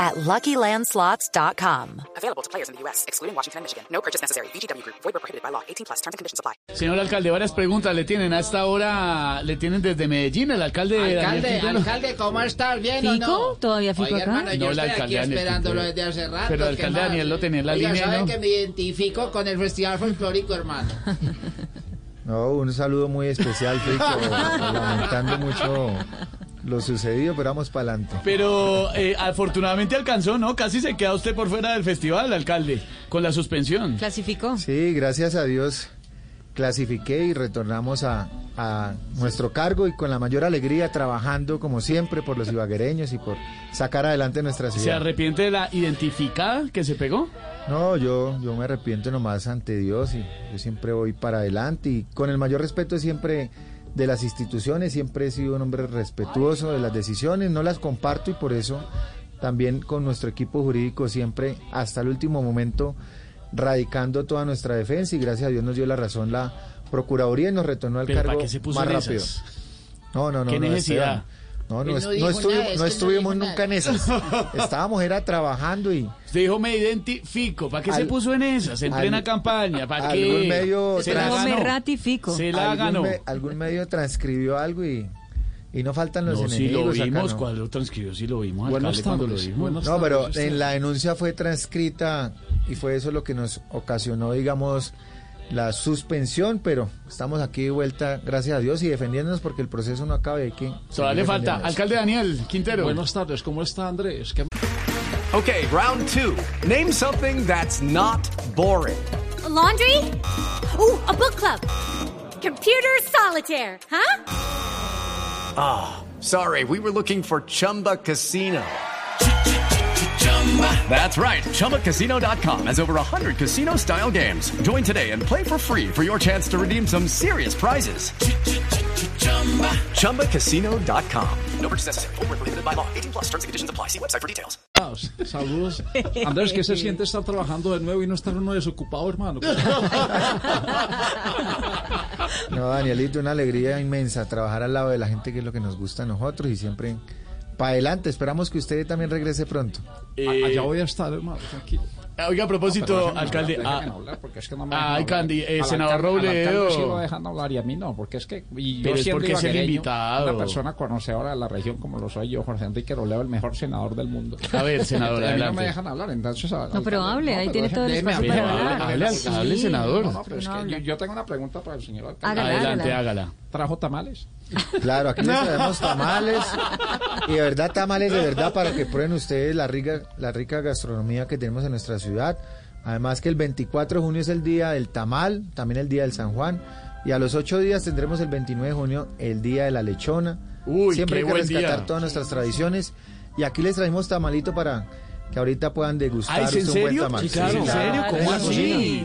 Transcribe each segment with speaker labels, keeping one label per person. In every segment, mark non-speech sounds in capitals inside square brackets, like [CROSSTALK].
Speaker 1: at LuckyLandSlots.com.
Speaker 2: Available to players in the U.S., excluding Washington and Michigan. No purchase necessary. VGW Group. Void where prohibited by law. 18 plus. Terms and conditions apply.
Speaker 3: Señor alcalde, varias preguntas le tienen. A esta hora le tienen desde Medellín, el alcalde de
Speaker 4: Alcalde, alcalde, ¿cómo estás? ¿Bien o no?
Speaker 5: ¿Fico? ¿Todavía Fico
Speaker 4: Oiga,
Speaker 5: acá?
Speaker 4: hermano, yo
Speaker 3: No, el
Speaker 4: estoy aquí
Speaker 3: alcalde Daniel
Speaker 4: esperándolo
Speaker 3: Fico.
Speaker 4: desde hace rato.
Speaker 3: Pero el
Speaker 4: ¿qué
Speaker 3: alcalde
Speaker 4: más?
Speaker 3: Daniel lo tenía en la
Speaker 4: Oiga,
Speaker 3: línea,
Speaker 4: sabe
Speaker 3: ¿no?
Speaker 4: que me identifico con el Festival Folclórico, hermano.
Speaker 6: No, un saludo muy especial, Rico. lamentando mucho lo sucedido, pero vamos para adelante.
Speaker 3: Pero eh, afortunadamente alcanzó, ¿no? Casi se queda usted por fuera del festival, alcalde, con la suspensión.
Speaker 5: ¿Clasificó?
Speaker 6: Sí, gracias a Dios clasifiqué y retornamos a, a nuestro cargo y con la mayor alegría trabajando como siempre por los ibaguereños y por sacar adelante nuestra
Speaker 3: ¿Se
Speaker 6: ciudad.
Speaker 3: arrepiente de la identificada que se pegó?
Speaker 6: No, yo, yo me arrepiento nomás ante Dios y yo siempre voy para adelante y con el mayor respeto siempre de las instituciones, siempre he sido un hombre respetuoso de las decisiones, no las comparto y por eso también con nuestro equipo jurídico siempre hasta el último momento radicando toda nuestra defensa y gracias a Dios nos dio la razón la Procuraduría y nos retornó al
Speaker 3: Pero
Speaker 6: cargo
Speaker 3: ¿para qué se puso
Speaker 6: más
Speaker 3: en
Speaker 6: rápido.
Speaker 3: esas?
Speaker 6: No, no, no.
Speaker 3: ¿Qué
Speaker 6: no,
Speaker 3: necesidad?
Speaker 6: Esteban. No,
Speaker 4: Él
Speaker 6: no,
Speaker 4: no
Speaker 6: es- no
Speaker 4: dijo nada,
Speaker 6: estuvimos,
Speaker 4: es que
Speaker 6: no
Speaker 4: no
Speaker 6: estuvimos
Speaker 4: dijo
Speaker 6: nunca en
Speaker 4: [LAUGHS]
Speaker 6: esas. Estábamos era trabajando y...
Speaker 3: Usted dijo, me identifico. ¿Para qué se
Speaker 6: Al-
Speaker 3: puso en esas? En
Speaker 6: al-
Speaker 3: plena campaña. ¿Para qué?
Speaker 6: algún medio
Speaker 3: se la
Speaker 6: trans-
Speaker 5: No me
Speaker 3: ganó.
Speaker 5: ratifico.
Speaker 3: Se la ganó.
Speaker 6: me- ah, algún medio transcribió algo y, y no faltan los
Speaker 3: No, sí lo
Speaker 6: enemigos. acá,
Speaker 3: vimos,
Speaker 6: ¿no?
Speaker 3: cuando lo transcribió, sí lo vimos,
Speaker 7: Buenas
Speaker 3: alcalde, cuando lo
Speaker 7: tardes.
Speaker 3: vimos.
Speaker 7: Buenas
Speaker 6: No, pero en la denuncia fue transcrita y fue eso lo que nos ocasionó, digamos, la suspensión, pero estamos aquí de vuelta, gracias a Dios, y defendiéndonos porque el proceso no acaba y hay que...
Speaker 3: Todavía le
Speaker 6: seguir
Speaker 3: falta.
Speaker 6: defendiéndonos.
Speaker 3: Alcalde Daniel Quintero.
Speaker 7: Buenas tardes, ¿cómo está Andrés? ¿Qué
Speaker 8: Okay, round two. Name something that's not boring.
Speaker 9: A laundry? Ooh, a book club. Computer solitaire, huh?
Speaker 8: Sorry, we were looking for Chumba Casino. That's right, ChumbaCasino.com has over 100 casino style games. Join today and play for free for your chance to redeem some serious prizes. ChumbaCasino.com. No purchase necessary, forward prohibited by law, 18 plus terms and conditions apply. See website for details.
Speaker 7: más? Saludos. Andrés, ¿qué se siente estar trabajando de nuevo y no estar uno desocupado, hermano?
Speaker 6: [LAUGHS] No, Danielito, una alegría inmensa trabajar al lado de la gente que es lo que nos gusta a nosotros y siempre para adelante. Esperamos que usted también regrese pronto.
Speaker 3: Eh,
Speaker 7: Ah,
Speaker 3: Ah,
Speaker 7: Allá voy a estar, hermano, tranquilo.
Speaker 3: Oiga, a propósito,
Speaker 7: Déjenme
Speaker 3: alcalde.
Speaker 7: hablar, déjenme
Speaker 3: ah,
Speaker 7: hablar, porque es que no me dejan
Speaker 3: Ay,
Speaker 7: hablar.
Speaker 3: Candy, eh,
Speaker 7: Al
Speaker 3: senador
Speaker 7: alcalde- al alcalde
Speaker 3: Robledo.
Speaker 7: sí lo dejan hablar y a mí Ah, no, porque es que... y yo
Speaker 3: Pero es
Speaker 7: siendo
Speaker 3: porque es el
Speaker 7: ibaguereño,
Speaker 3: invitado.
Speaker 7: Una persona conocedora de la región como lo soy yo, Jorge Enrique Robledo, el mejor senador del mundo.
Speaker 3: A ver, senador,
Speaker 7: a mí no
Speaker 3: adelante.
Speaker 7: me dejan hablar, entonces...
Speaker 5: No, pero hable, ahí tiene todo el espacio
Speaker 3: déjeme
Speaker 5: para
Speaker 3: hablar.
Speaker 5: hablar.
Speaker 3: Hable, al- hable,
Speaker 5: Sí.
Speaker 3: senador.
Speaker 7: No, no, pero es
Speaker 5: No
Speaker 7: que yo,
Speaker 5: habla.
Speaker 7: yo tengo una pregunta para el señor alcalde.
Speaker 5: Hágala,
Speaker 3: adelante,
Speaker 5: hágala.
Speaker 3: hágala.
Speaker 7: ¿Trajo tamales?
Speaker 6: Claro, aquí les traemos tamales y de verdad tamales de verdad para que prueben ustedes la rica, la rica gastronomía que tenemos en nuestra ciudad. Además que el 24 de junio es el día del tamal, también el día del San Juan y a los ocho días tendremos el 29 de junio el día de la lechona.
Speaker 3: Uy,
Speaker 6: Siempre
Speaker 3: qué
Speaker 6: hay que
Speaker 3: buen día.
Speaker 6: rescatar todas nuestras tradiciones y aquí les traemos tamalito para que ahorita puedan degustar
Speaker 3: Ay, ¿es en
Speaker 6: usted un buen
Speaker 3: serio?
Speaker 6: tamal.
Speaker 3: Sí, claro. Ah,
Speaker 6: Sí,
Speaker 3: ¿En
Speaker 6: claro.
Speaker 3: serio? ¿Cómo
Speaker 6: Sí,
Speaker 3: así?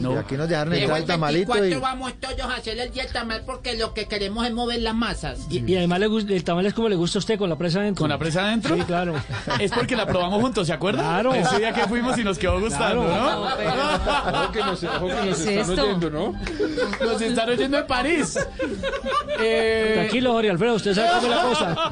Speaker 6: Y aquí nos dejaron
Speaker 4: Luego
Speaker 6: entrar
Speaker 4: el
Speaker 6: el tamalito
Speaker 4: 24
Speaker 6: y...
Speaker 4: vamos todos a hacer el día del tamal porque lo que queremos es mover las masas.
Speaker 10: Y, y además le gusta, el tamal es como le gusta a usted, con la presa adentro.
Speaker 3: ¿Con la presa adentro?
Speaker 10: Sí, claro.
Speaker 3: Es porque la probamos juntos, ¿se acuerdan?
Speaker 10: Claro.
Speaker 3: Ese día que fuimos y nos quedó gustando, ¿no?
Speaker 7: Ojo que nos, ojo que nos
Speaker 5: Ah, es
Speaker 7: están
Speaker 5: esto?
Speaker 7: oyendo, ¿no?
Speaker 3: [LAUGHS] Nos están oyendo en París. Eh,
Speaker 10: Tranquilo, Jorge Alfredo, usted sabe cómo es la cosa.